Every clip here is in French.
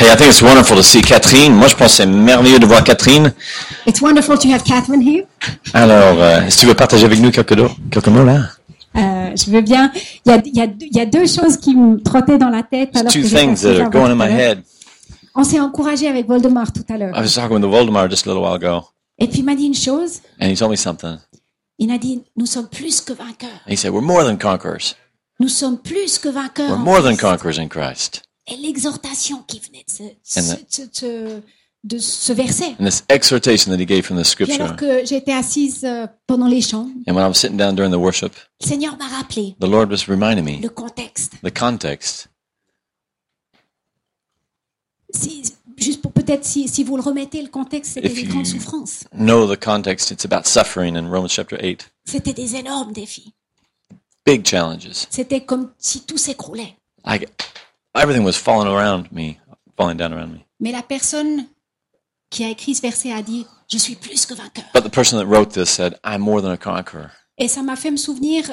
Hey, I think it's wonderful to see Catherine. Moi, je pense que c'est merveilleux de voir Catherine. It's wonderful to have Catherine here. Alors, euh, si tu veux partager avec nous quelques, do- quelques mots là. Euh, je veux bien. Il y, a, il, y a, il y a deux choses qui me trottaient dans la tête alors que Two j'étais things assise that are avant going in tout à my l'heure. head. Ah. On s'est encouragé avec Voldemort tout à I l'heure. was talking with Voldemar just a little while ago, Et puis il m'a dit une chose. and he told me something. And Il a dit Nous sommes plus que vainqueurs. he said, We're more than conquerors. Nous sommes plus que vainqueurs. We're en more than Christ. conquerors in Christ. Et l'exhortation qui venait de ce, And ce- the- ce- ce- de ce verset. And this exhortation that he gave from the Puis alors scripture. que j'étais assise euh, pendant les chants, And when I was sitting down during the worship, le Seigneur m'a rappelé the Lord was reminding me le contexte. the context. Si- juste pour peut-être si, si vous le remettez, le contexte, c'était If des you- grandes souffrances. Know the context. It's about suffering in Romans chapter 8. C'était des énormes défis. Big challenges. C'était comme si tout s'écroulait. I, everything was falling around me, falling down around me. Mais la personne qui a écrit ce verset a dit Je suis plus que vainqueur. But the person that wrote this said, I'm more than a conqueror. Et ça m'a fait me souvenir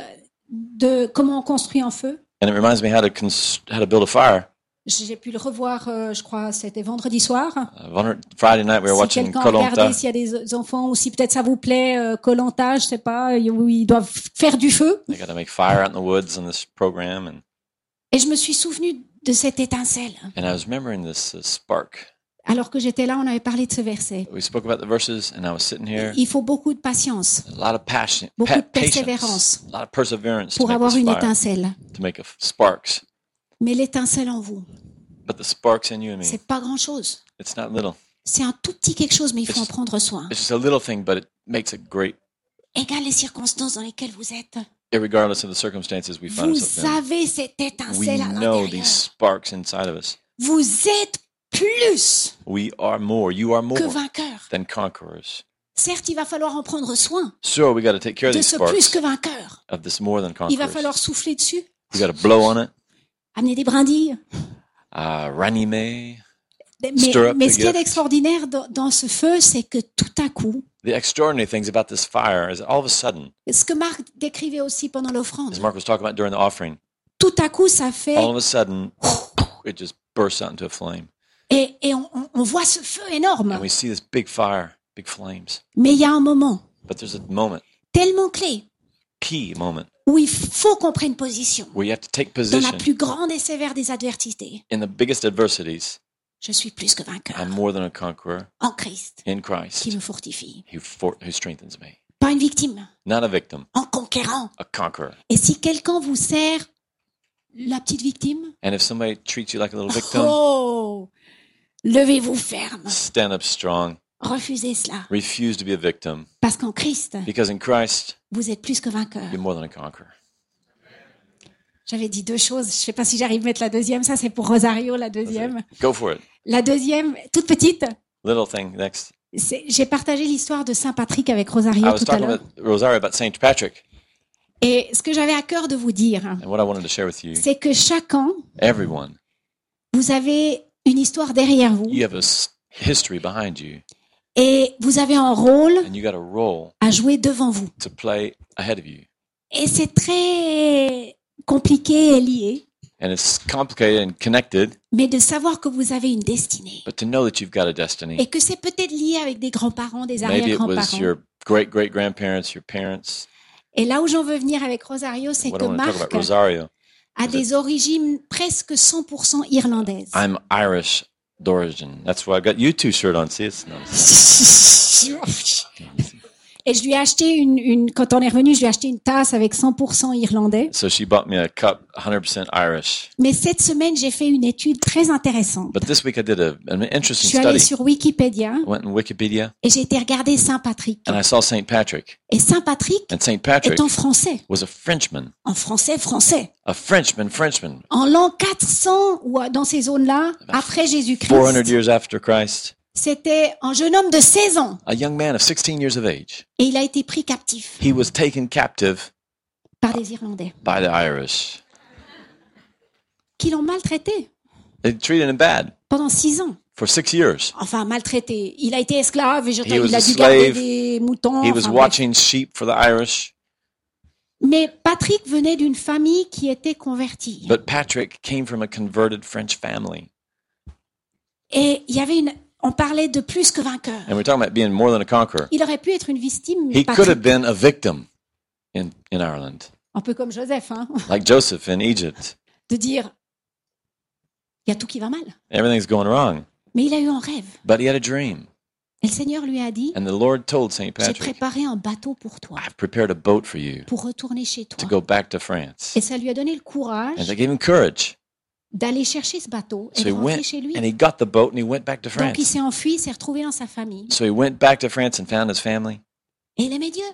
de comment on construit un feu. And it reminds me how to, cons- how to build a fire. J'ai pu le revoir, euh, je crois, c'était vendredi soir. Uh, Vulner- Friday night, we were Si watching quelqu'un regardait, Kolonta. s'il y a des enfants ou si peut-être ça vous plaît, Colanta, je sais pas, euh, où ils doivent faire du feu. They got to make fire out in the woods in this program. And, Et je me suis souvenu de cette étincelle. and I was remembering this, uh spark. Alors que j'étais là, on avait parlé de ce verset. We spoke about the verses, and I was sitting here. Il faut beaucoup de patience A lot of passion, Beaucoup de patience, persévérance a lot of perseverance to pour make, avoir this une fire, étincelle. to make a f- sparks. Mais l'étincelle en vous, But the sparks in you and me, c'est pas grand-chose. it's not little. C'est un tout petit quelque chose, mais il faut en It's- prendre soin. It's just a little thing, but it makes a great, Égale les circonstances dans lesquelles vous êtes, regardless of the circumstances we find ourselves vous in. avez cette we étincelle à know l'intérieur. these sparks inside of us. Vous êtes plus We are more. You are more que vainqueur. than conquerors. Certes, il va falloir en prendre soin Sure, we got to take care of de these ce plus sparks que vainqueur. of this more than Il va conquerors. falloir souffler dessus, We got to blow on it. amener des brindilles. Uh, ranime. Mais, Stir up mais the ce qui est gift. extraordinaire dans, dans ce feu, c'est que tout à coup, The extraordinary things about this fire is all of a sudden, ce que Marc décrivait aussi pendant l'offrande, as Mark was talking about during the offering, tout à coup, ça fait... all of a sudden it just bursts out into a flame. Et, et on, on- on voit ce feu énorme. And we see this big fire, big flames. Mais il y a un moment But there's a moment, tellement clé key moment, où il faut qu'on prenne position where you have to take dans la position plus grande et sévère des adversités. in the biggest adversities. Je suis plus que vainqueur I'm more than a conqueror en Christ in qui Christ me fortifie. who, for, who strengthens me. Pas une victime, Not a victim, en conquérant. a conqueror. Et si quelqu'un vous sert la petite victime, And if somebody treats you like a little victim, oh, levez-vous ferme. stand up strong. Refusez cela. Refuse to be a victim Parce qu'en Christ, because in Christ, vous êtes plus que vainqueur. you're more than a conqueror. J'avais dit deux choses. Je ne sais pas si j'arrive à mettre la deuxième. Ça, c'est pour Rosario, la That's it. deuxième. Go for it. La deuxième, toute petite, Little thing next. C'est- J'ai partagé l'histoire de Saint Patrick avec Rosario I was tout à talking l'heure. about Rosario about Saint Patrick, Et ce que j'avais à cœur de vous dire, hein, and what I wanted to share with you. c'est que chacun, Everyone, vous avez une histoire derrière vous you have a s- history behind you, et vous avez un rôle and you got a role à jouer devant vous. to play ahead of you. Et c'est très compliqué et lié, And it's complicated and connected, mais de savoir que vous avez une destinée but to know that you've got a destiny. et que c'est peut-être lié avec des grands-parents, des Maybe it was arrière-grands-parents. your great great grandparents, your parents. Et là où j'en veux venir avec Rosario, c'est What que I want to talk Marc about, Rosario. a des origines presque 100% irlandaises. I'm Irish d'origin. That's why I got you two shirt on. See, it's no, Et je lui ai acheté une, une- quand on est revenu, je lui ai acheté une tasse avec 100% irlandais. So she bought me a cup, 100% Irish. Mais cette semaine, j'ai fait une étude très intéressante. But this week I did a, an Je interesting suis allée study. sur Wikipédia I went on Wikipedia et j'ai été regarder Saint Patrick. and I saw Saint Patrick. Et Saint Patrick And Saint est Patrick en français, was a Frenchman, en français français, a Frenchman, Frenchman, en l'an 400 ou à- dans ces zones-là 400 après Jésus-Christ. years after Christ, C'était un jeune homme de 16 ans a young man of 16 years of age. et il a été pris captif He was taken captive par des Irlandais by the Irish. qui l'ont maltraité They treated him bad pendant 6 ans. for six years. Enfin, maltraité. Il a été esclave et je- He was il a a dû garder slave. des moutons. He was enfin, bref. watching sheep for the Irish, Mais Patrick venait d'une famille qui était convertie. but Patrick came from a converted French family. Et il y avait une. On parlait de plus que vainqueur. And we're talking about being more than a conqueror. Il aurait pu être une victime. Ah. He pas could have Christ. been a victim in, in Ireland, Un peu comme Joseph, hein, like Joseph in Egypt. de dire il y a tout qui va mal. Everything's going wrong. Mais il a eu un rêve. But he had a dream. Et le Seigneur lui a dit And the Lord told St. j'ai Ah, Patrick, préparé un bateau pour toi, I've prepared a boat for you pour retourner chez to toi. go back to France. Et ça lui a donné le And courage that gave him courage. d'aller chercher ce bateau et So de he rentrer went chez lui. and he got the boat and he went back to Donc il France. s'est enfui, il s'est retrouvé dans sa famille. So he went back to France and found his family. Et il aimait Dieu.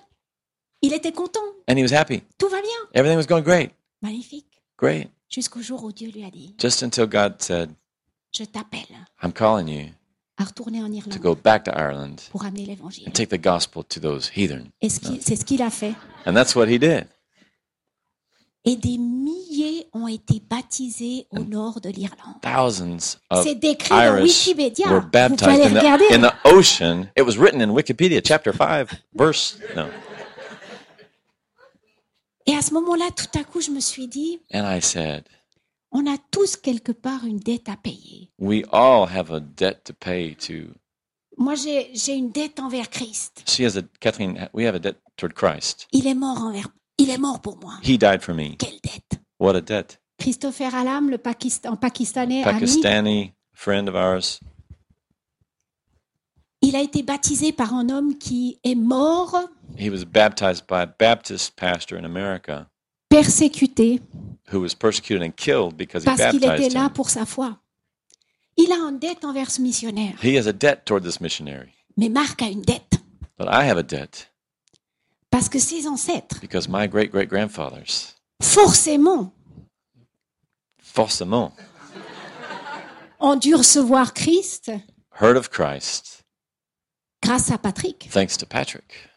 Il était content. And he was happy. Tout va bien. Everything was going great. Magnifique. Great. Jusqu'au jour où Dieu lui a dit Just until God said, Je t'appelle I'm calling you à retourner en to Irlande go back to Ireland pour amener l'évangile. and take the gospel to those heathen. Et ce qui- c'est ce qu'il a fait. And that's what he did. Et des milliers ont été baptisés au nord de l'Irlande. Thousands of C'est décrit dans Irish Wikipédia. were Vous pouvez baptized aller in the, regarder. in the ocean. It was written in Wikipedia, chapter 5, verse. No. Et à ce moment-là, tout à coup, je me suis dit, And I said, on a tous quelque part une dette à payer. We all have a debt to pay to. Moi, j'ai j'ai une dette envers Christ. She has a, Catherine, we have a debt toward Christ. Il est mort envers, il est mort pour moi. He died for me. Quelle dette What a debt. Christopher Alam, le Pakistan, en pakistanais, ami, Pakistani friend of ours. il a été baptisé par un homme qui est mort, He was baptized by a Baptist pastor in America persécuté, who was persecuted and killed because he parce qu'il était baptized là him. pour sa foi. Il a une dette envers ce missionnaire. He has a debt toward this missionary. Mais Marc a une dette. But I have a debt Parce que ses ancêtres, because my great great grandfathers, forcément, forcément, ont dû recevoir Christ heard of Christ grâce à Patrick. thanks to Patrick.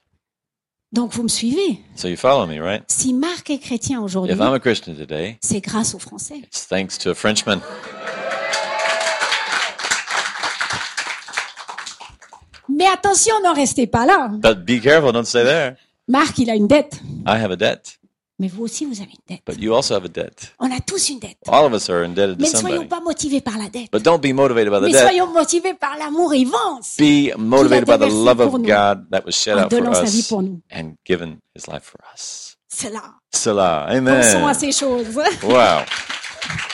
Donc vous me suivez. So you follow me, right? Si Marc est chrétien aujourd'hui, If I'm a Christian today, c'est grâce aux Français. it's thanks to a Frenchman. Mais attention, n'en restez pas là. But be careful, don't stay there. Marc, il a une dette. I have a debt, Mais vous aussi, vous avez une but dette. you also have a debt. On a tous une dette. All of us are indebted to Mais ne soyons somebody. pas motivés par la dette. But don't be motivated by the Mais debt. soyons motivés par l'amour immense Be motivated by the déversé love pour of nous. God that was shed en out for donnant sa vie us pour nous. and given his life for us. C'est là. Salah. Pensons à Amen. ces choses. Wow.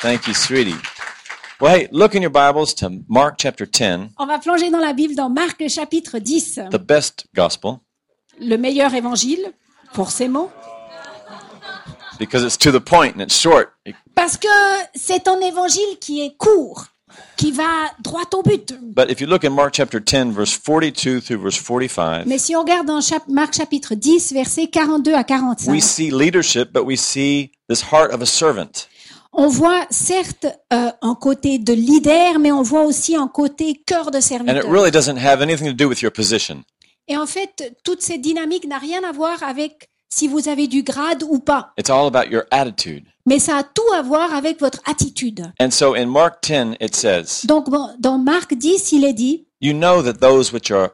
Thank you, sweetie. Well, hey, look in your Bibles to Mark chapter 10, On va plonger dans la Bible, dans Marc le chapitre 10, the best gospel, le meilleur évangile, forcément. because it's to the point and it's short. Parce que c'est un évangile qui est court, qui va droit au but. But if you look in Mark chapter 10, verse 42 through verse 45, Mais si on regarde dans chap- Marc chapitre 10, versets 42 à we 45, see leadership, but we see this heart of a servant. on voit certes euh, un côté de leader, mais on voit aussi un côté cœur de And it serviteur. really doesn't have anything to do with your position. Et en fait, toute cette dynamique n'a rien à voir avec si vous avez du grade ou pas, It's all about your attitude. mais ça a tout à voir avec votre attitude. And so in Mark 10, it says, Donc bon, dans Marc 10, il est dit, You know that those which are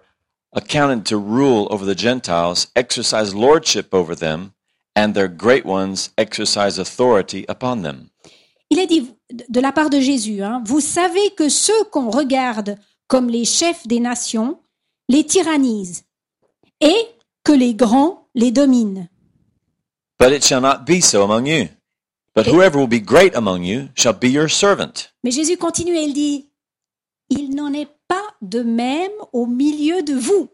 accounted to rule over the Gentiles exercise lordship over them, and their great ones exercise authority upon them. Il est dit de de la part de Jésus, hein, vous savez que ceux qu'on regarde comme les chefs des nations les tyrannisent et que les grands les dominent. But it shall not be so among you. But whoever will be great among you shall be your servant. Mais Jésus continue et il dit, il n'en est pas de même au milieu de vous.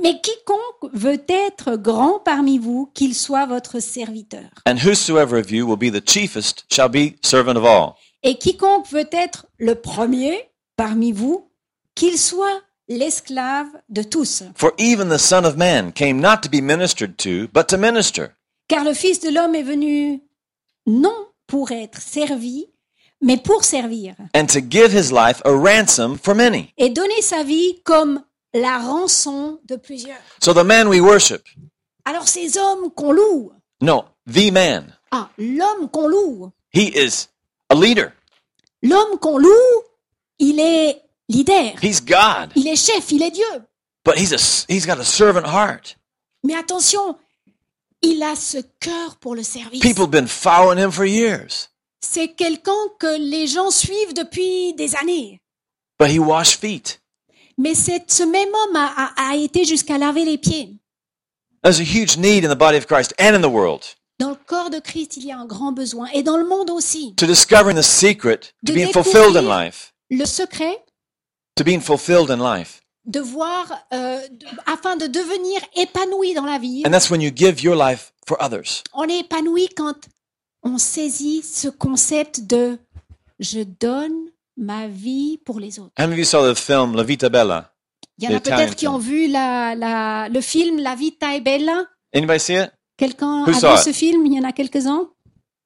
Mais quiconque veut être grand parmi vous, qu'il soit votre serviteur. And whosoever of you will be the chiefest shall be servant of all. Et quiconque veut être le premier parmi vous, qu'il soit l'esclave de tous. For even the Son of Man came not to be ministered to, but to minister, Car le Fils de l'homme est venu non pour être servi, mais pour servir, and to give his life a ransom for many. et donner sa vie comme la rançon de plusieurs. So the man we worship, Alors ces hommes qu'on loue, no, the man, ah, l'homme qu'on loue, he is a leader. l'homme qu'on loue, il est leader, He's God, il est chef, il est Dieu. but he's a he's got a servant heart. Mais attention, il a ce cœur pour le service. People have been following him for years. C'est quelqu'un que les gens suivent depuis des années. But he washed feet. Mais c'est- ce même homme a, a- a été jusqu'à laver les pieds. There's a huge need in the body of Christ and in the world Dans le corps de Christ, il y a un grand besoin, et dans le monde aussi. to discovering the secret to De being fulfilled in découvrir- life. Le secret To being fulfilled in life. de voir, euh, de- afin de devenir épanoui dans la vie, And that's when you give your life for others. on est épanoui quand on saisit ce concept de je donne ma vie pour les autres. How many of you saw the film La Vita Bella? Il y en a The Italian peut-être qui film. ont vu la, la- le film La Vita è bella. Anybody see it? Quelqu'un Who saw a vu it? ce film il y en a quelques-uns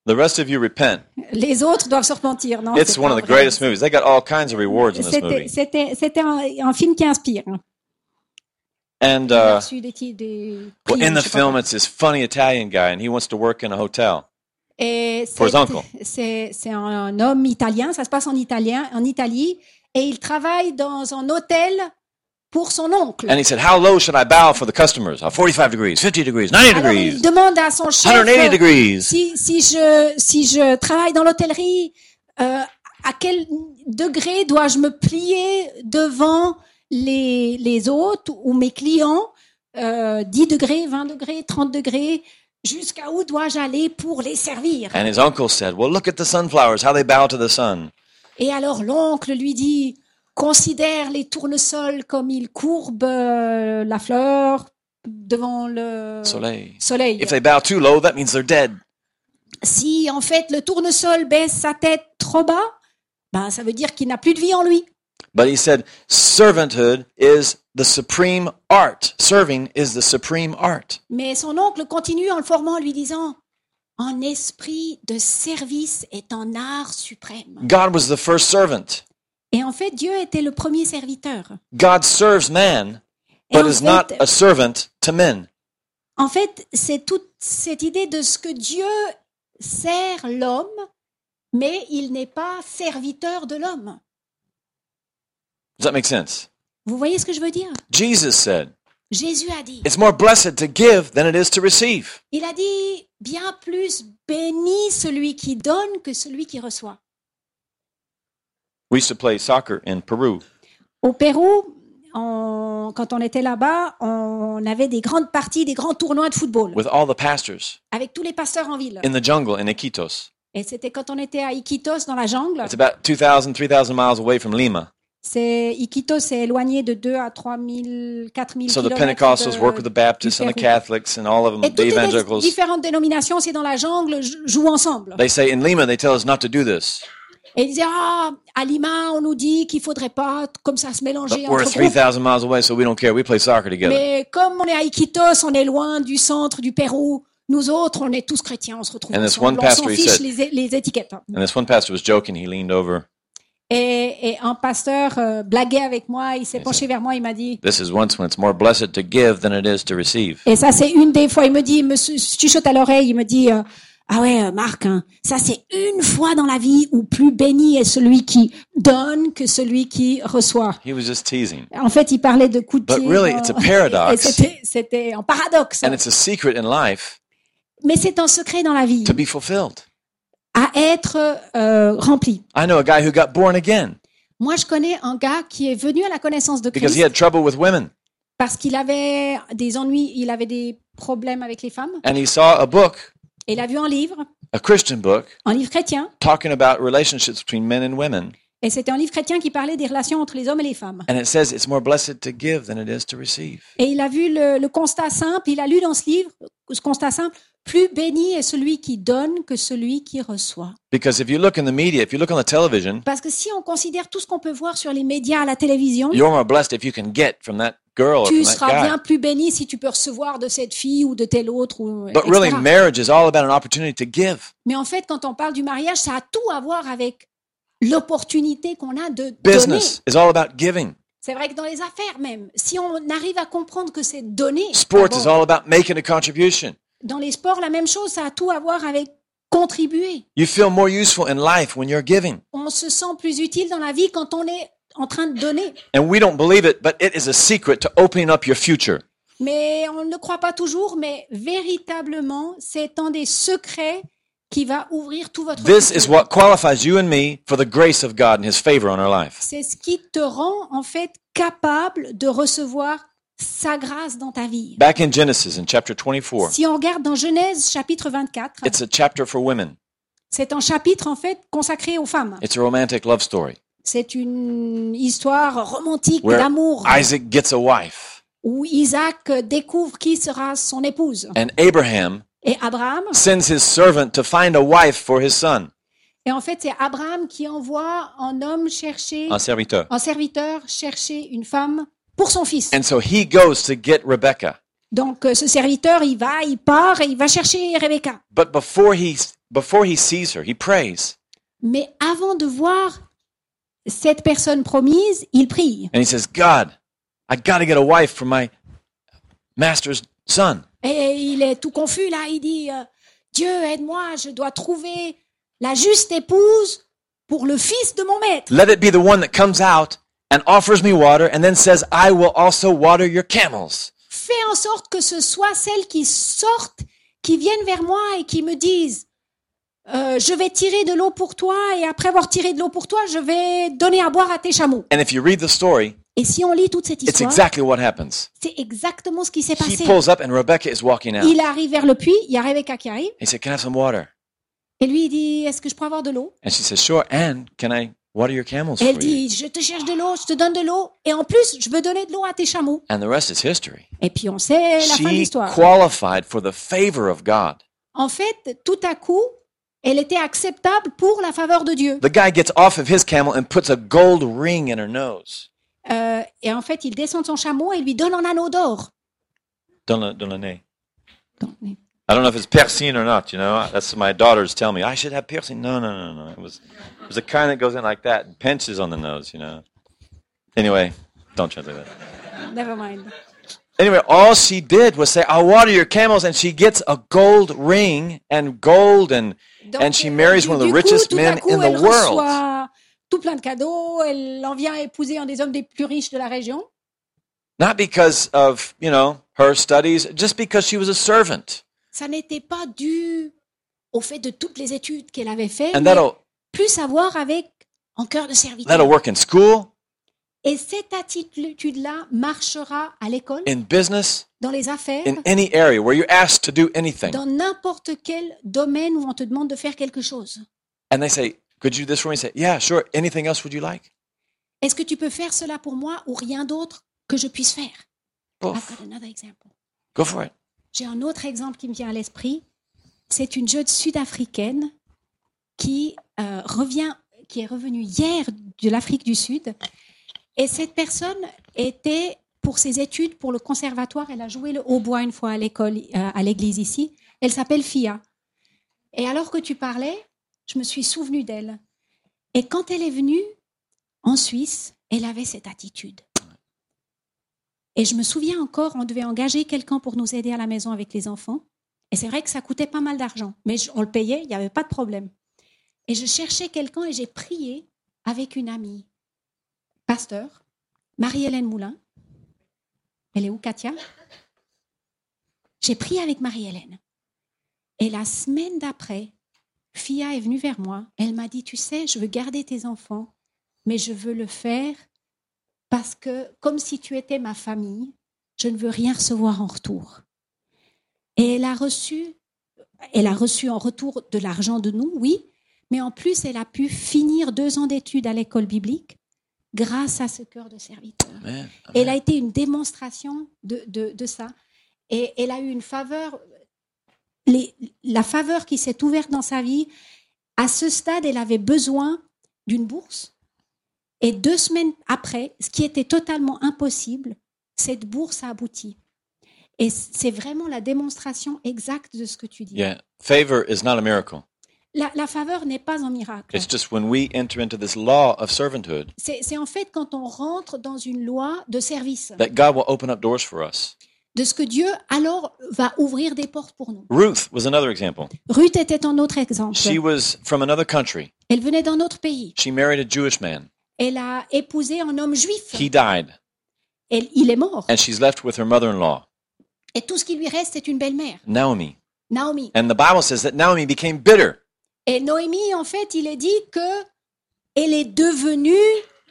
The rest of you repent. Les autres doivent se repentir, non It's c'est one pas of the vrai. greatest movies. They got all kinds of rewards in this C'était- movie. C'était c'était un, un film qui inspire. hein. And Il a uh, reçu des ti- des well, prix, in the je sais pas film, quoi. it's this funny Italian guy, and he wants to work in a hotel. Et For c'est- his uncle. C'est c'est un homme italien, ça se passe en italien, en Italie, et il travaille dans un hôtel pour son oncle. And he said, "How low should I bow for the customers? Uh, 45 degrees, 50 degrees, 90 Alors, il degrees, demande à son chef 180 euh, degrees." si, si je si je travaille dans l'hôtellerie, euh, à quel degré dois-je me plier devant les les hôtes ou mes clients euh, 10 degrés, 20 degrés, 30 degrés, jusqu'à où dois-je aller pour les servir And his uncle said, "Well, look at the sunflowers, how they bow to the sun." Et alors l'oncle lui dit considère les tournesols comme ils courbent euh, la fleur devant Oh. le Soleil. soleil. If they bow too low, that means they're dead. Si en fait le tournesol baisse sa tête trop bas, ben ça veut dire qu'il n'a plus de vie en lui. But he said, "Servanthood is the supreme art. Serving is the supreme art." Mais son oncle continue en le formant en lui disant un esprit de service est un art suprême. God was the first servant. Et en fait, Dieu était le premier serviteur. God serves man, Et but en is not fait- a servant to men. En fait, c'est toute cette idée de ce que Dieu sert l'homme, mais il n'est pas serviteur de l'homme. Does that make sense? Vous voyez ce que je veux dire Jesus said, Jésus a dit, It's more blessed to give than it is to receive. il a dit, bien plus béni celui qui donne que celui qui reçoit. We used to play soccer in Peru. Au Pérou, on- quand on était là-bas, on avait des grandes parties, des grands tournois de football, with all the pastors avec tous les pasteurs en ville. in the jungle in Iquitos. Et c'était quand on était à Iquitos, dans la jungle. It's about 2,000, 3,000 miles away from Lima. C'est Iquitos est éloigné de 2 à 3 000, 4 000 So the kilomètres Pentecostals de- work with the Baptists and the Peru. Catholics and all of Et them, toutes the les evangelicals. différentes dénominations, c'est dans la jungle, jou- jouent ensemble. They say in Lima, they tell us not to do this. Et ils disaient, ah, à Lima, on nous dit qu'il faudrait pas t- comme ça se But mélanger we're entre groupes. 3,000 miles away, so we don't care. We play soccer together. Mais comme on est à Iquitos, on est loin du centre du Pérou. Nous autres, on est tous chrétiens, on se retrouve And this one ensemble, on pastor, s'en he fiche said- les, é- les étiquettes. hein. And this one pastor was joking. He leaned over. Et, et un pasteur euh, blaguait avec moi, il s'est penché vers moi, il m'a dit, This is once when it's more blessed to give than it is to receive. Et ça, c'est une des fois. Il me dit, il me su- chuchote à l'oreille, il me dit, euh, ah ouais, euh, Marc, hein, ça c'est une fois dans la vie où plus béni est celui qui donne que celui qui reçoit. He was just teasing. En fait, il parlait de coup de But pied. really, dans- it's a paradox. Et c'était- C'était un paradoxe. And it's a secret in life Mais c'est un secret dans la vie, to be fulfilled. à être euh, rempli. I know a guy who got born again Moi, je connais un gars qui est venu à la connaissance de because Christ he had trouble with women. parce qu'il avait des ennuis, il avait des problèmes avec les femmes. And he saw a book, Et il a vu un livre, a Christian book, un livre chrétien, talking about relationships between men and women. et c'était un livre chrétien qui parlait des relations entre les hommes et les femmes. And it says it's more blessed to give than it is to receive. Et il a vu le, le constat simple, il a lu dans ce livre ce constat simple, plus béni est celui qui donne que celui qui reçoit. Because if you look in the media, if you look on the television, Parce que si on considère tout ce qu'on peut voir sur les médias, à la télévision, you're more blessed if you can get from that girl or from tu that seras bien guy. plus béni si tu peux recevoir de cette fille ou de telle autre. Ou, But really, etc.. marriage is all about an opportunity to give. Mais en fait, quand on parle du mariage, ça a tout à voir avec l'opportunité qu'on a de donner. Business is all about giving. C'est vrai que dans les affaires même, si on arrive à comprendre que c'est donner, Sports d'abord, is all about making a contribution. dans les sports, la même chose, ça a tout à voir avec contribuer. You feel more useful in life when you're giving. on se sent plus utile dans la vie quand on est en train de donner. And we don't believe it, but it is a secret to opening up your future. Mais on ne le croit pas toujours, mais véritablement, c'est un des secrets qui va ouvrir tout votre This cœur. is what qualifies you and me for the grace of God and His favor on our life. C'est ce qui te rend en fait capable de recevoir sa grâce dans ta vie. Back in Genesis, in chapter 24, Si on regarde dans Genèse chapitre 24, it's a chapter for women. c'est un chapitre en fait consacré aux femmes. It's a romantic love story. C'est une histoire romantique Where d'amour Isaac gets a wife, où Isaac découvre qui sera son épouse. and Abraham Et Abraham, sends his servant to find a wife for his son, et en fait c'est Abraham qui envoie un homme chercher, un serviteur. un serviteur chercher une femme pour son fils. And so he goes to get Rebecca. Donc euh, ce serviteur, il va, il part et il va chercher Rebecca. But before he, before he sees her, he prays. Mais avant de voir cette personne promise, il prie. And he says, God, I got to get a wife for my master's son. Et il est tout confus là, il dit euh, Dieu, aide-moi, je dois trouver la juste épouse pour le fils de mon maître. Let it be the one that comes out and offers me water and then says, I will also water your camels. Fais en sorte que ce soit celle qui sorte, qui vienne vers moi et qui me dise Euh, je vais tirer de l'eau pour toi et après avoir tiré de l'eau pour toi, je vais donner à boire à tes chameaux. And if you read the story, Et si on lit toute cette it's histoire, exactly what happens. c'est exactement ce qui s'est He passé. pulls up and Rebecca is walking out. Il arrive vers le puits, il y a Rebecca qui arrive, He said, Can I have some water? et lui il dit Est-ce que je peux avoir de l'eau And she says, Sure. And can I water your camels Elle for you? dit Je te cherche de l'eau, je te donne de l'eau, et en plus, je veux donner de l'eau à tes chameaux. And the rest is history. Et puis on sait la fin de She l'histoire. qualified for the favor of God. En fait, tout à coup, elle était acceptable pour la faveur de Dieu. The guy gets off of his camel and puts a gold ring in her nose. Euh, et en fait, il descend de son chameau et lui donne un anneau d'or. Don't let- don't let nay. Donc, I don't know if it's piercing or not. You know, that's what my daughters tell me. I should have piercing. No, no, no, no. It was, it was the kind that goes in like that and pinches on the nose. You know. Anyway, don't translate that. Never mind. Anyway, all she did was say, "I'll water your camels," and she gets a gold ring and gold, and Donc, and she euh, marries du- one of du the coup, richest tout à men coup, in the elle world. reçoit tout plein de cadeaux, elle en vient à épouser un des hommes des plus riches de la région. Not because of you know her studies, just because she was a servant, ça n'était pas dû au fait de toutes les études qu'elle avait faites, and mais that'll plus à voir avec un cœur de that'll serviteur. work in school, Et cette attitude-là marchera à l'école, in business, dans les affaires, in any area where you're asked to do anything. dans n'importe quel domaine où on te demande de faire quelque chose. And they say, Could you do this for me? You say, Yeah, sure. Anything else would you like? Est-ce que tu peux faire cela pour moi ou rien d'autre que je puisse faire I've Both. got another example. Go for it. J'ai un autre exemple qui me vient à l'esprit. C'est une jeune sud-africaine qui euh, revient, qui est revenue hier de l'Afrique du Sud. Et cette personne était pour ses études, pour le conservatoire. Elle a joué le hautbois une fois à l'école, euh, à l'église ici. Elle s'appelle Fia. Et alors que tu parlais, je me suis souvenue d'elle. Et quand elle est venue en Suisse, elle avait cette attitude. Et je me souviens encore, on devait engager quelqu'un pour nous aider à la maison avec les enfants. Et c'est vrai que ça coûtait pas mal d'argent, mais je- on le payait, il n'y avait pas de problème. Et je cherchais quelqu'un et j'ai prié avec une amie, pasteur, Marie-Hélène Moulin. Elle est où, Katia J'ai prié avec Marie-Hélène. Et la semaine d'après, Fia est venue vers moi. Elle m'a dit, tu sais, je veux garder tes enfants, mais je veux le faire parce que comme si tu étais ma famille, je ne veux rien recevoir en retour. Et elle a reçu, elle a reçu en retour de l'argent de nous, oui, mais en plus elle a pu finir deux ans d'études à l'école biblique grâce à ce cœur de serviteur. Man. Et elle a été une démonstration de, de- de ça. Et elle a eu une faveur, les- la faveur qui s'est ouverte dans sa vie. À ce stade, elle avait besoin d'une bourse. Et deux semaines après, ce qui était totalement impossible, cette bourse a abouti. Et c'est vraiment la démonstration exacte de ce que tu dis. Yeah. Favor is not a miracle. La, la faveur n'est pas un miracle. It's just when we enter into this law of servanthood C'est c'est en fait quand on rentre dans une loi de service, that God will open up doors for us. de ce que Dieu alors va ouvrir des portes pour nous. Ruth was another example. Ruth était un autre exemple. She was from another country. Elle venait d'un autre pays. She married a Jewish man. Elle a épousé un homme juif. He died, Elle- il est mort. and she's left with her mother in law, Et tout ce qui lui reste, c'est une belle-mère. Naomi. Naomi. And the Bible says that Naomi became bitter. Et Noémie, en fait, il est dit que elle est devenue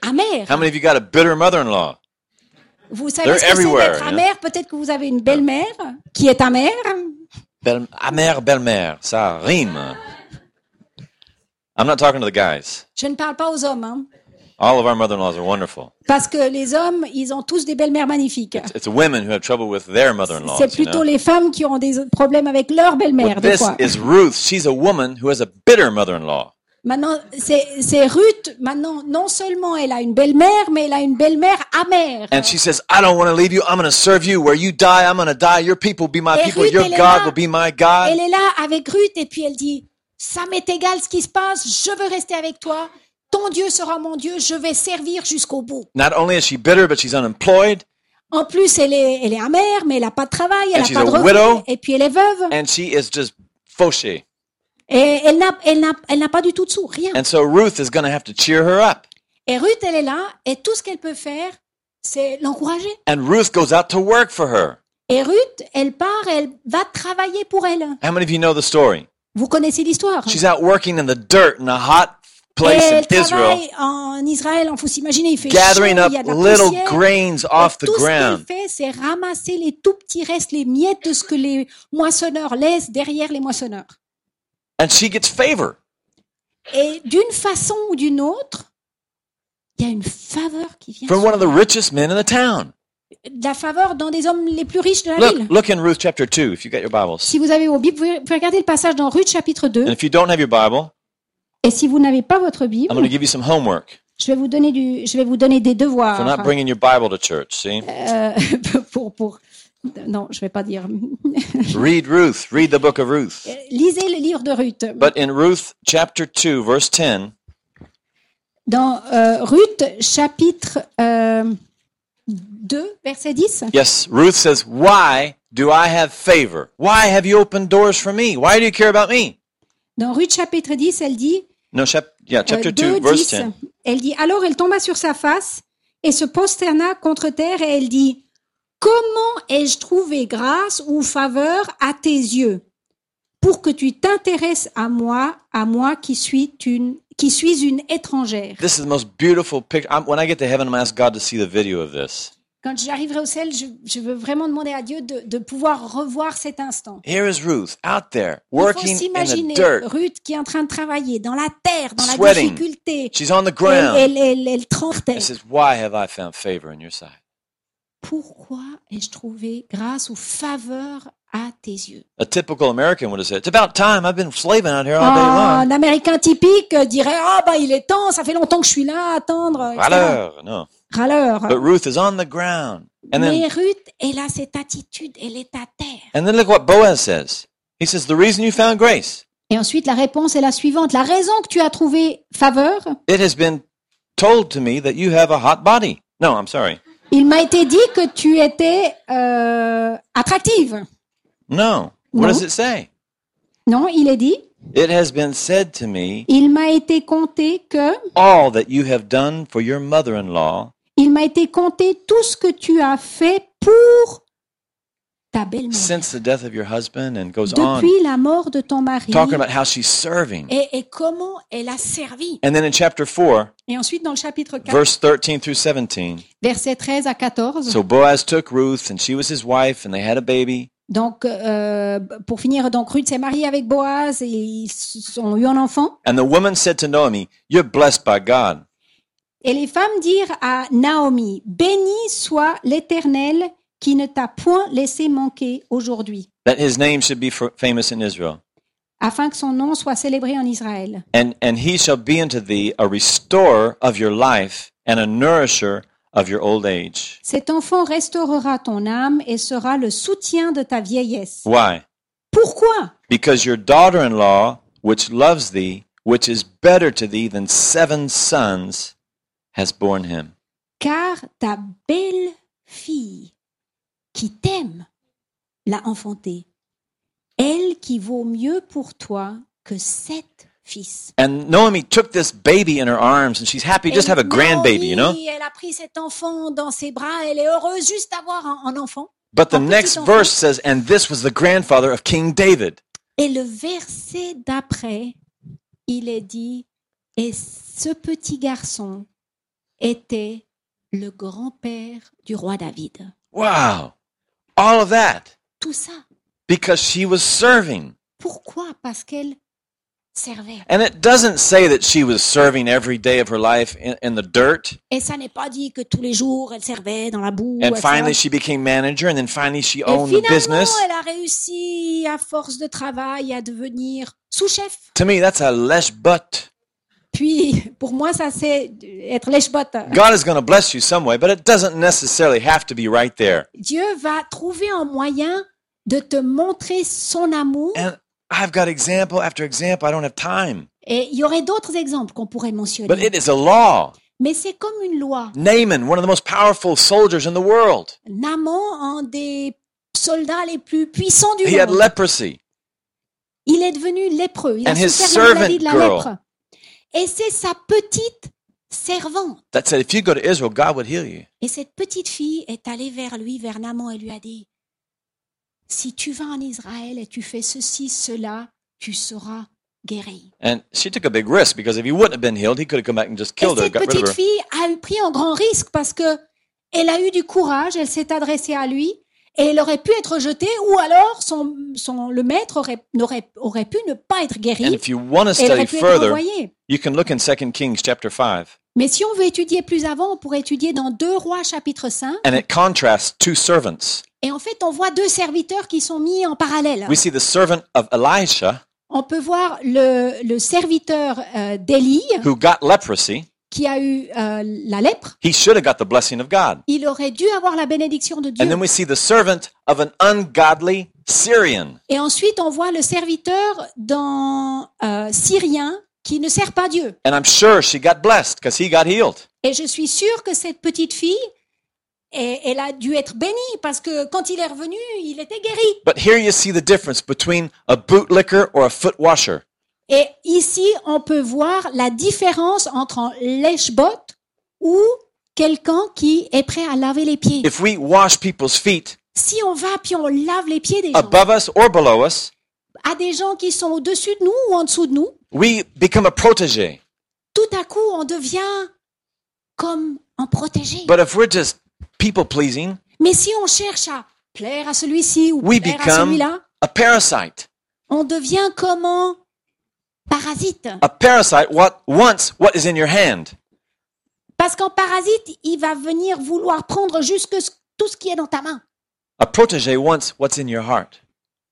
amère. How many of you got a bitter mother in law? Vous savez They're ce que c'est everywhere, d'être yeah. amère Peut-être que vous avez une belle-mère qui est amère. Belle, amère belle-mère. Ça rime. I'm not talking to the guys. Je ne parle pas aux hommes, hein, All of our mother in laws are wonderful. parce que les hommes, ils ont tous des belles-mères magnifiques. It's the women who have trouble with their mother in C'est laws. You plutôt know? les femmes qui ont des problèmes avec leur belle-mère, But des this fois. is Ruth. She's a woman who has a bitter mother in law. Maintenant, c'est c'est Ruth. Maintenant, non seulement elle a une belle-mère, mais elle a une belle-mère amère. And she says, I don't want to leave you. I'm going to serve you. Where you die, I'm going to die. Your people be my Et people. Ruth, Your elle est God là. will be my God. Elle est là avec Ruth et puis elle dit Ça m'est égal ce qui se passe, je veux rester avec toi. Ton Dieu sera mon Dieu, je vais servir jusqu'au bout. Not only is she bitter, but she's unemployed. En plus, elle est, elle est amère, mais elle n'a pas de travail, And elle she's n'a pas de a widow. revenus, et puis elle est veuve, And she is just fauché. et elle n'a, elle n'a, elle n'a pas du tout de sous, rien. And so Ruth is going to have to cheer her up. Et Ruth, elle est là, et tout ce qu'elle peut faire, c'est l'encourager. And Ruth goes out to work for her. Et Ruth, elle part, elle va travailler pour elle. How many of you know the story? Vous connaissez l'histoire. She's out working in the dirt in a hot Et place in elle Israel, travaille en Israël, il faut s'imaginer, il fait chaud, il gathering y a up de la little poussière. grains off the tout ce ground. qu'elle fait, c'est ramasser les tout petits restes, les miettes de ce que les moissonneurs laissent derrière les moissonneurs. And she gets favor. Et d'une façon ou d'une autre, il y a une faveur qui vient. from sur- one of the richest men in the town. de la faveur dans des hommes les plus riches de la ville. Look, look in Ruth chapter 2 if you got your Bibles. Si vous avez vos Bibles, vous pouvez regarder le passage dans Ruth chapitre 2. And if you don't have your Bible, Et si vous n'avez pas votre Bible, I'm going to give you some homework je vais vous donner du, je vais vous donner des for devoirs not bringing your Bible to church, see? euh, pour pour. Non, je vais pas dire. Read Ruth, read the book of Ruth. Lisez le livre de Ruth. But in Ruth chapter 2 verse 10, Dans euh, Ruth chapitre euh, 2, verset 10. yes, Ruth says, "Why do I have favor? Why have you opened doors for me? Why do you care about me?" Dans Ruth chapitre 10, elle dit No, chap- yeah, chapter Euh, deux, 2 verse dix. 10. Elle dit Alors elle tomba sur sa face et se prosterna contre terre et elle dit Comment ai-je trouvé grâce ou faveur à tes yeux pour que tu t'intéresses à moi, à moi qui suis une, qui suis une étrangère This is the most beautiful picture. I'm, when I get to heaven, I'm going to ask God to see the video of this. Quand j'arriverai au ciel, je, je veux vraiment demander à Dieu de, de pouvoir revoir cet instant. Here is Ruth out there Il faut working in the s'imaginer dirt. Ruth qui est en train de travailler dans la terre, dans la Sweating. difficulté. She's on the Elle, ground. elle, elle, elle trempe terre. and says, Why have I found favor in your sight? pourquoi ai-je trouvé grâce ou faveur à tes yeux A typical American would have said, It's about time. I've been slaving out here all day long. Un Américain typique dirait Ah, bah, il est temps, ça fait longtemps que je suis là, à attendre. etc. Valeur. No. Râleur. But Ruth is on the ground. And Mais then, Ruth, elle a cette attitude, elle est à terre. and then look what Boaz says. He says, The reason you found grace, Et ensuite, la réponse est la suivante La raison que tu as trouvé faveur, it has been told to me that you have a hot body. No, I'm sorry. il m'a été dit que tu étais euh, attractive. No. What No. does it say? Non, il est dit It has been said to me, Il m'a été compté que. All that you have done for your mother in law Il m'a été compté tout ce que tu as fait pour ta belle-mère. since the death of your husband, and goes on depuis la mort de ton mari talking about how she's serving. et, et comment elle a servi. And then in chapter 4, Et ensuite, dans le chapitre 4, verse 13 through 17. versets 13 à 14, So Boaz took Ruth, and she was his wife, and they had a baby. donc, euh, pour finir, donc Ruth s'est mariée avec Boaz et ils s- ont eu un enfant. And the woman said to Naomi, You're blessed by God. Et les femmes dirent à Naomi, béni soit l'Éternel qui ne t'a point laissé manquer aujourd'hui, That his name should be for, famous in Israel. afin que son nom soit célébré en Israël. And, and he shall be unto thee a restorer of your life and a nourisher of your old age. Cet enfant restaurera ton âme et sera le soutien de ta vieillesse. Why? Pourquoi Because your daughter in law, which loves thee, which is better to thee than seven sons, has borne him. car ta belle fille qui t'aime l'a enfantée, elle qui vaut mieux pour toi que sept fils. And Naomi took this baby in her arms, and she's happy just to have a Et Naomi, grandbaby, you know? Elle a pris cet enfant dans ses bras, elle est heureuse juste d'avoir un, un enfant. But the Un petit next enfant. verse says, and this was the grandfather of King David. Et le verset d'après, il est dit, et ce petit garçon était le grand-père du roi David. Wow. All of that Tout ça, because she was serving. pourquoi Parce qu'elle servait. And it doesn't say that she was serving every day of her life in, in the dirt. Et ça n'est pas dit que tous les jours elle servait dans la boue. And etc. finally she became manager and then finally she Et owned the finalement, business. elle a réussi, à force de travail, à devenir sous-chef. To me, that's a lesh but. Puis, pour moi, ça c'est être lèche-botte. God is going to bless you some way, but it doesn't necessarily have to be right there. Dieu va trouver un moyen de te montrer son amour. And I've got example after example. I don't have time. Et il y aurait d'autres exemples qu'on pourrait But mentionner. it is a law. Mais c'est comme une loi. Naaman, one of the most powerful soldiers in the world, Naman, un des soldats les plus puissants du he had monde, leprosy. il est devenu lépreux. Il a And his souffert de la maladie de la servant lèpre. Et c'est sa petite servante. That said, if you go to Israel, God would heal you. Et cette petite fille est allée vers lui, vers Naman, et lui a dit Si tu vas en Israël et tu fais ceci, cela, tu seras guéri. And she took a big risk because if he wouldn't have been healed, he could have come back and just Et killed her, cette got rid of petite her. fille a eu pris un grand risque parce que elle a eu du courage, elle s'est adressée à lui et elle aurait pu être jetée ou alors son, son, le maître aurait, n'aurait- aurait pu ne pas être And guéri if you want to et elle study aurait pu être further, envoyée. you can look in 2 Kings chapter 5, Mais si on veut étudier plus avant, on pourrait étudier dans 2 Rois chapitre 5 and it contrasts two servants. et en fait on voit deux serviteurs qui sont mis en parallèle. We see the servant of Elisha On peut voir le, le serviteur euh, d'Élie who got leprosy. qui a eu euh, la lèpre, He should have got the blessing of God. il aurait dû avoir la bénédiction de Dieu. And then we see the servant of an ungodly Syrian. Et ensuite, on voit le serviteur dans euh, Syrien qui ne sert pas Dieu. And I'm sure she got blessed because he got healed. Et je suis sûre que cette petite fille, eh, elle a dû être bénie parce que quand il est revenu, il était guéri. But here you see the difference between a bootlicker or a foot washer. Et ici, on peut voir la différence entre un lèche-botte ou quelqu'un qui est prêt à laver les pieds. If we wash people's feet Si on va puis on lave les pieds des gens, above us or below us, à des gens qui sont au-dessus de nous ou en dessous de nous, we become a protege. tout à coup, on devient comme un protégé. But if we're just people pleasing, Mais si on cherche à plaire à celui-ci ou we plaire à become celui-là, a parasite. on devient comme un parasite. A parasite what wants what is in your hand. Parce qu'en parasite, il va venir vouloir prendre jusque ce- tout ce qui est dans ta main. A protege wants what's in your heart.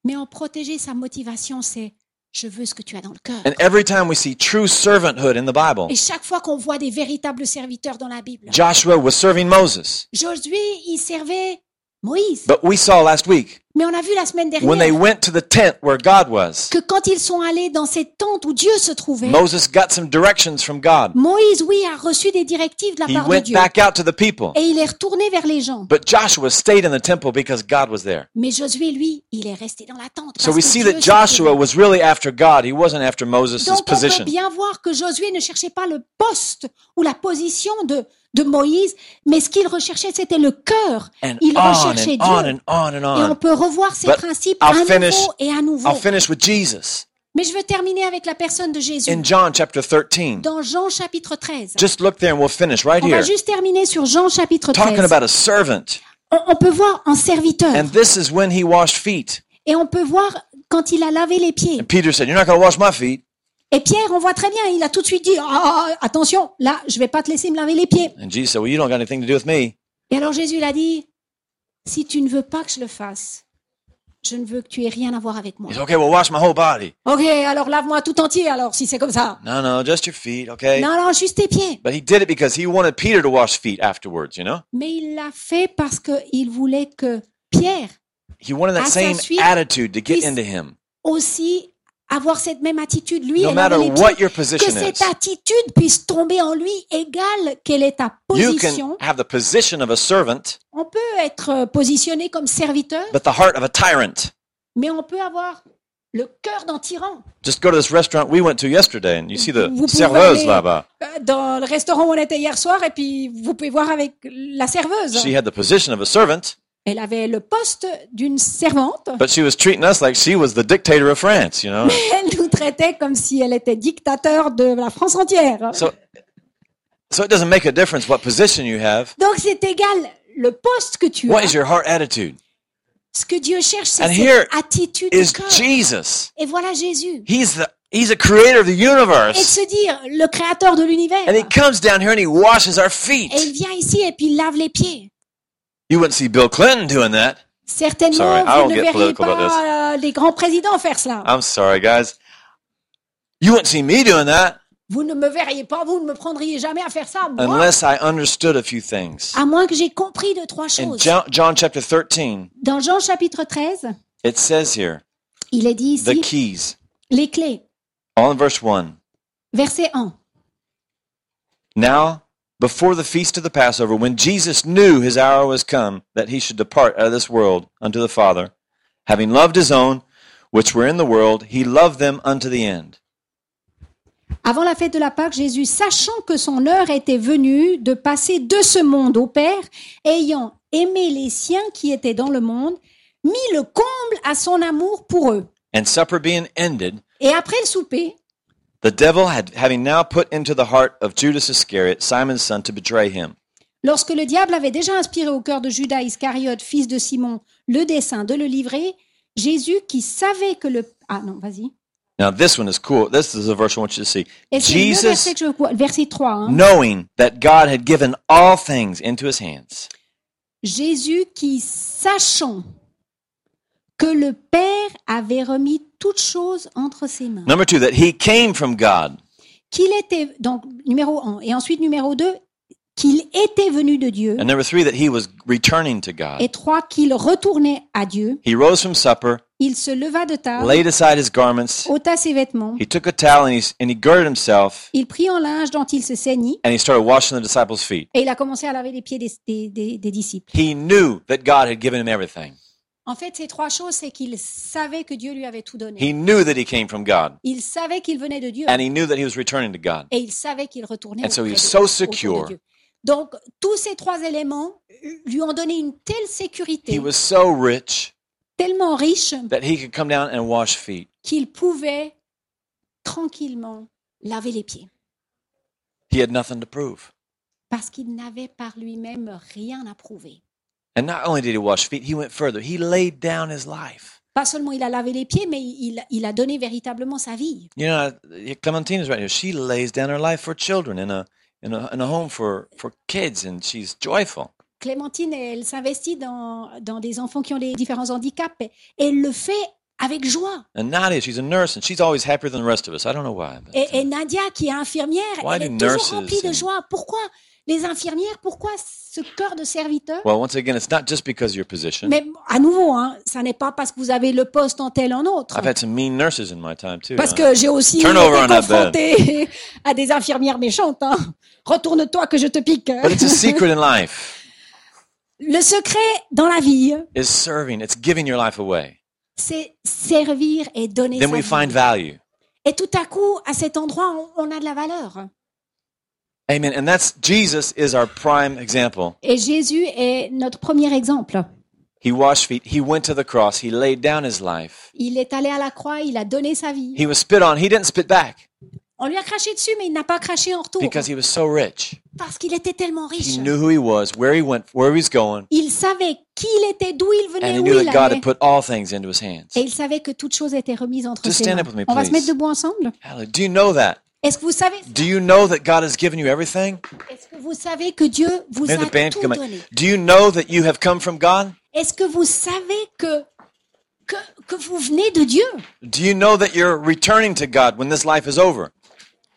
Mais en protéger, sa motivation, c'est je veux ce que tu as dans le cœur. And every time we see true servanthood in the Bible, Et chaque fois qu'on voit des véritables serviteurs dans la Bible, Joshua was serving Moses. Josué, il servait Moïse. But we saw last week Mais on a vu la semaine when they dernière went to the tent where God was, que quand ils sont allés dans cette tente où Dieu se trouvait, Moses got some directions from God. Moïse, oui, a reçu des directives de la He part de went Dieu. back out to the people. Et il est retourné vers les gens. But Joshua stayed in the temple because God was there. Mais Josué, lui, il est resté dans la tente. So we parce que see Dieu that s'y trouvait. Joshua was really after God. He wasn't after Moses' Donc on peut position. bien voir que Josué ne cherchait pas le poste ou la position de, de Moïse, mais ce qu'il recherchait, c'était le cœur. And Il on recherchait and Dieu. on and on and Et on on. peut revoir ces But principes à I'll nouveau finish- et à nouveau. I'll finish with Jesus Mais je veux terminer avec la personne de Jésus. in John chapter 13. Dans Jean chapitre 13. Just look there and we'll finish right On va here. juste terminer sur Jean chapitre Talking 13. about a servant. On, on peut voir un serviteur And this is when he washed feet. et on peut voir quand il a lavé les pieds. And Peter said, You're not going to wash my feet. Et Pierre, on voit très bien, il a tout de suite dit, Ah, ah, ah, attention, là, je vais pas te laisser me laver les pieds. And Jesus said, Well, you don't got anything to do with me. Et alors Jésus l'a dit, si tu ne veux pas que je le fasse, je ne veux que tu aies rien à voir avec moi. He said, Okay, well, wash my whole body. Ok, alors lave-moi tout entier, alors, si c'est comme ça. No, no, just your feet, okay? Non, non, juste tes pieds. But he did it because he wanted Peter to wash feet afterwards, you know? Mais il l'a fait parce qu'il voulait que Pierre He wanted À that sa same suite, attitude to get puisse- into him. aussi avoir cette même attitude, lui, No et matter laver les what pieds. your Que position is, cette attitude puisse tomber en lui égale quelle est ta you can position. have the position of a servant, On peut être euh, positionné comme serviteur, but the heart of a tyrant. mais on peut avoir le cœur d'un tyran. Just go to this restaurant we went to yesterday and you see the Vous pouvez serveuse aller- là-bas. Euh, dans le restaurant où on était hier soir et puis vous pouvez voir avec la serveuse. She had the position of a servant, Elle avait le poste d'une servante. But she was treating us like she was the dictator of France, you know? Elle nous traitait comme si elle était dictateur de la France entière. So, so it doesn't make a difference what position you have. Donc c'est égal le poste que tu What as. is your heart attitude? Ce que Dieu cherche, c'est And here cette attitude du Is cœur. Jesus. Et voilà Jésus. He's the He's a creator of the Et de universe. se dire, le créateur de l'univers. And he comes down here and he washes our Et il feet. vient ici et puis il lave les pieds. You wouldn't see Bill Clinton doing that. Certainement, Sorry, I vous don't ne get verrez political about pas euh, les grands présidents faire cela. I'm sorry, guys. You wouldn't see me doing that Vous ne me verriez pas, vous ne me prendriez jamais à faire ça, moi, unless I understood a few things. à moins que j'ai compris de trois In choses. John, John chapter 13, Dans Jean chapitre 13, it says here il est dit the ici keys. les clés. All in verse 1. Verset 1. Now, before the feast of the Passover, when Jesus knew his hour was come that he should depart out of this world unto the Father, having loved his own which were in the world, he loved them unto the end. Avant la fête de la Pâque, Jésus, sachant que son heure était venue de passer de ce monde au Père, ayant aimé les siens qui étaient dans le monde, mit le comble à son amour pour eux. And supper being ended, Et après le souper, the devil had having now put into the heart of Judas Iscariot, Simon's son, to betray him. Lorsque le diable avait déjà inspiré au cœur de Judas Iscariote, fils de Simon, le dessein de le livrer, Jésus, qui savait que le... Ah non, vas-y. Now this one is cool. This is a verse I want you to see. Et c'est le verset, Jesus que je... vois, verset 3. hein. knowing that God had given all things into his hands. Jésus qui, sachant que le Père avait remis toutes choses entre ses mains, Number two, that he came from God. qu'il était, donc numéro 1, et ensuite numéro 2, qu'il était venu de Dieu, And number three, that he was returning to God. et 3, qu'il retournait à Dieu, He rose from supper, il se leva de table, laid aside his garments, ôta ses vêtements, he took a towel and he, and he girded himself, il prit en linge dont il se saignit, and he started washing the disciples' feet. Et il a commencé à laver les pieds des, des- des- des disciples. He knew that God had given him everything. En fait, ces trois choses, c'est qu'il savait que Dieu lui avait tout donné. He knew that he came from God, Il savait qu'il venait de Dieu and he knew that he was returning to God. et il savait qu'il retournait And so auprès he de, was so autour de secure. Dieu. Donc, tous ces trois éléments lui ont donné une telle sécurité, He was so rich tellement riche, that he could come down and wash feet. qu'il pouvait tranquillement laver les pieds He had nothing to prove. parce qu'il n'avait par lui-même rien à prouver. And not only did he wash feet, he went further. He laid down his life. Pas seulement il a lavé les pieds, mais il, il a donné véritablement sa vie. You know, Clementina's right here. She lays down her life for children in a in a, in a home for, for kids, and she's joyful. Clémentine, elle s'investit dans, dans des enfants qui ont des différents handicaps et elle le fait avec joie. And Nadia, she's a nurse, and she's always happier than the rest of us. I don't know why. but- Et, et Nadia, qui est infirmière, Why elle do est toujours nurses remplie de and- joie. Pourquoi les infirmières Pourquoi ce cœur de serviteur well, once again, it's not just because of your position. Mais à nouveau, hein, ça n'est pas parce que vous avez le poste en tel en autre. I've had some mean nurses in my time too. Parce huh? que j'ai aussi été uh, Turn over on that confrontée à des infirmières méchantes. hein. Retourne-toi que je te pique. But it's a secret in life: Le secret dans la vie, is serving. It's giving your life away. c'est servir et donner Then sa we vie. find value. Et tout à coup, à cet endroit, on, on a de la valeur. Amen. And that's Jesus is our prime example. Et Jésus est notre premier exemple. He washed feet. He went to the cross. He laid down his life. Il est allé à la croix, il a donné sa vie. He was spit on. He didn't spit back On lui a craché dessus, mais il n'a pas craché en retour. because he was so rich. Parce qu'il était tellement riche. He knew who he was, where he went, where he was going, Il savait qui il était, d'où il and venait, he où knew il that God allait. had put all things into his hands. Et il savait que toutes choses étaient remises entre Just ses stand mains. up with me, On va se please. mettre debout ensemble. Hallelujah. Do you know that? Est-ce que vous savez, Do you know that God has given you everything? est-ce que vous savez que Dieu vous Maybe the a band tout can come back. donné Do you know that you have come from God? Est-ce que vous savez que, que que vous venez de Dieu Do you know that you're returning to God when this life is over?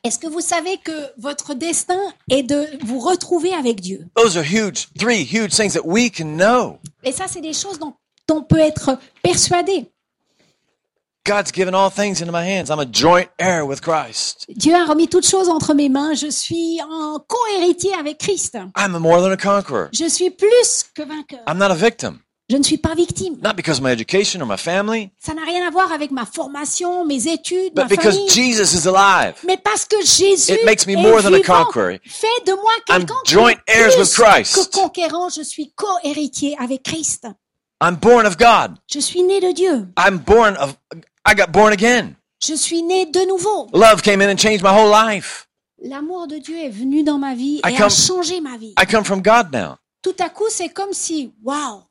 Est-ce que vous savez que votre destin est de vous retrouver avec Dieu Those are huge, three huge things that we can know. Et ça, c'est des choses dont dont on peut être persuadé. God's given all things into my hands. I'm a joint heir with Christ. Dieu a remis toutes choses entre mes mains. Je suis en co-héritier avec Christ. I'm more than a conqueror. Ah. Je suis plus que vainqueur. I'm not a victim. Je ne suis pas victime. not because of my education or my family, Ça n'a rien à voir avec ma formation, mes études, ma but because famille. Jesus is alive. Mais parce que Jésus It makes me est more than a vivant, conqueror. fait de moi I'm quelqu'un qui joint est heirs plus with Christ. que conquérant, je suis co-héritier avec Christ. I'm born of God. Je suis né de Dieu. I'm born of, I got born again. Je suis né de nouveau. Love came in and changed my whole life. L'amour de Dieu est venu dans ma vie I et a come- changé ma vie. I come from God now. Tout à coup, c'est comme si, waouh,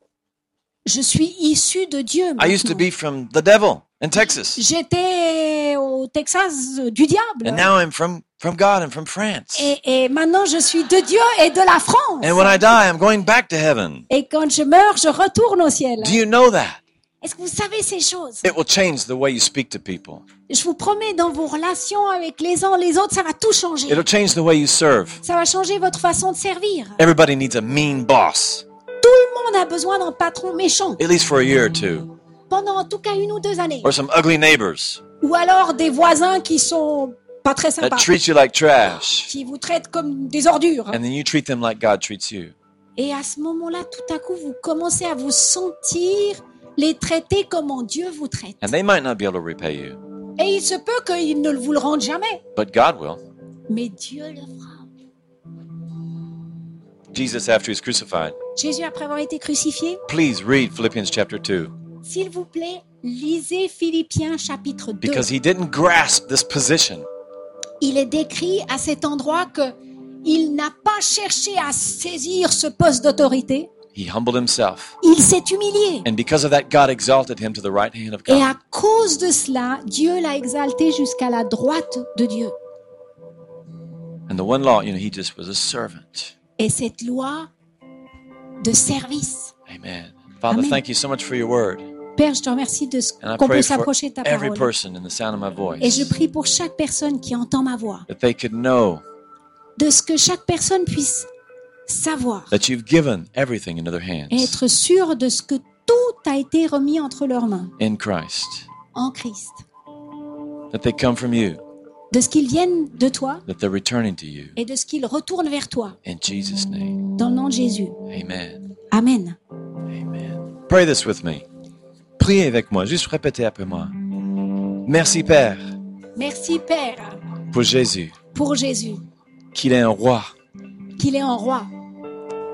je suis issu de Dieu. I used to maintenant. be from the devil in Texas, J'étais au Texas euh, du diable. and now I'm from, from God and from France. Et, et maintenant, je suis de Dieu et de la And when France. I die, I'm going back to heaven. Et quand je meurs, je retourne au ciel. Do you know that? Est-ce que vous savez ces choses It will change the way you speak to people. Je vous promets, dans vos relations avec les uns les autres, ça va tout changer. It'll change the way you serve. Ça va changer votre façon de servir. Everybody needs a mean boss, Tout le monde a besoin d'un patron méchant at least for a year or two, pendant en tout cas une ou deux années. or some ugly neighbors Ou alors des voisins qui sont pas très sympas, that treat you like trash, qui vous traitent comme des ordures. and then you treat them like God treats you. Et à ce moment-là, tout à coup, vous commencez à vous sentir les traiter comme Dieu vous traite. And they might not be able to repay you, Et il se peut qu'ils ne vous le rendent jamais, but God will. mais Dieu le fera. Jesus, after he's crucified, Jésus, après avoir été crucifié, please read Philippians chapter 2, s'il vous plaît, lisez Philippiens chapitre 2. because he didn't grasp this position. il est décrit à cet endroit que il n'a pas cherché à saisir ce poste d'autorité. He humbled himself. Il s'est humilié. And because of that, God exalted him to the right hand of Et à God. cause de cela, Dieu l'a exalté jusqu'à la droite de Dieu. And the one law, you know, he just was a servant. Et cette loi de service. Amen. Father, Amen. thank you so much for your word. Père, je te remercie de ce And I qu'on pray peut for s'approcher de ta every parole. person in the sound of my Et je voice prie pour chaque personne qui entend ma voix, that they could know de ce que chaque personne puisse savoir that you've given everything into their et hands être sûre de ce que tout a été remis entre leurs mains in Christ, en Christ, that they come from you, de ce qu'ils viennent de toi that they're returning to you. et de ce qu'il retourne vers toi, In Jesus' name, dans le nom de Jésus. amen. Amen. Amen. Pray this with me. Priez avec moi, juste répétez après moi. Merci Père Merci Père pour Jésus, pour Jésus, qu'il est un roi, qu'il est un roi,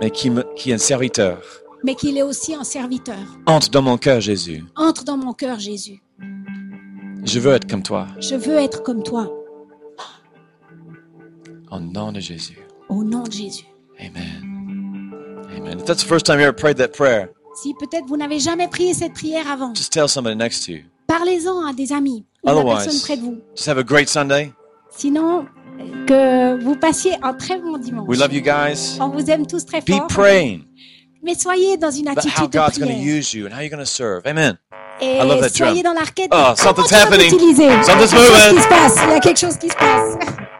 mais qui, me- qui est un serviteur. mais qu'il est aussi un serviteur. Entre dans mon cœur, Jésus. Entre dans mon cœur Jésus. Je veux être comme toi. Je veux être comme toi, Au nom de Jésus. au nom de Jésus. Amen. Amen. If that's the first time you ever prayed that prayer, Si peut-être vous n'avez jamais prié cette prière avant, just tell somebody next to you. parlez-en à des amis ou à la Otherwise. personne près de vous. Just have a great Sunday. Sinon, euh, que vous passiez un très bon We dimanche. love you guys. On vous aime tous très Be fort, praying mais soyez dans une about how attitude de God's going to prière. use you and how you're going to serve. Amen. Et I love that soyez drum. dans l'arcade. Oh, something's Comment tu vas happening. l'utiliser Something's Il y a quelque chose moving. qui se passe. Il y a quelque chose qui se passe.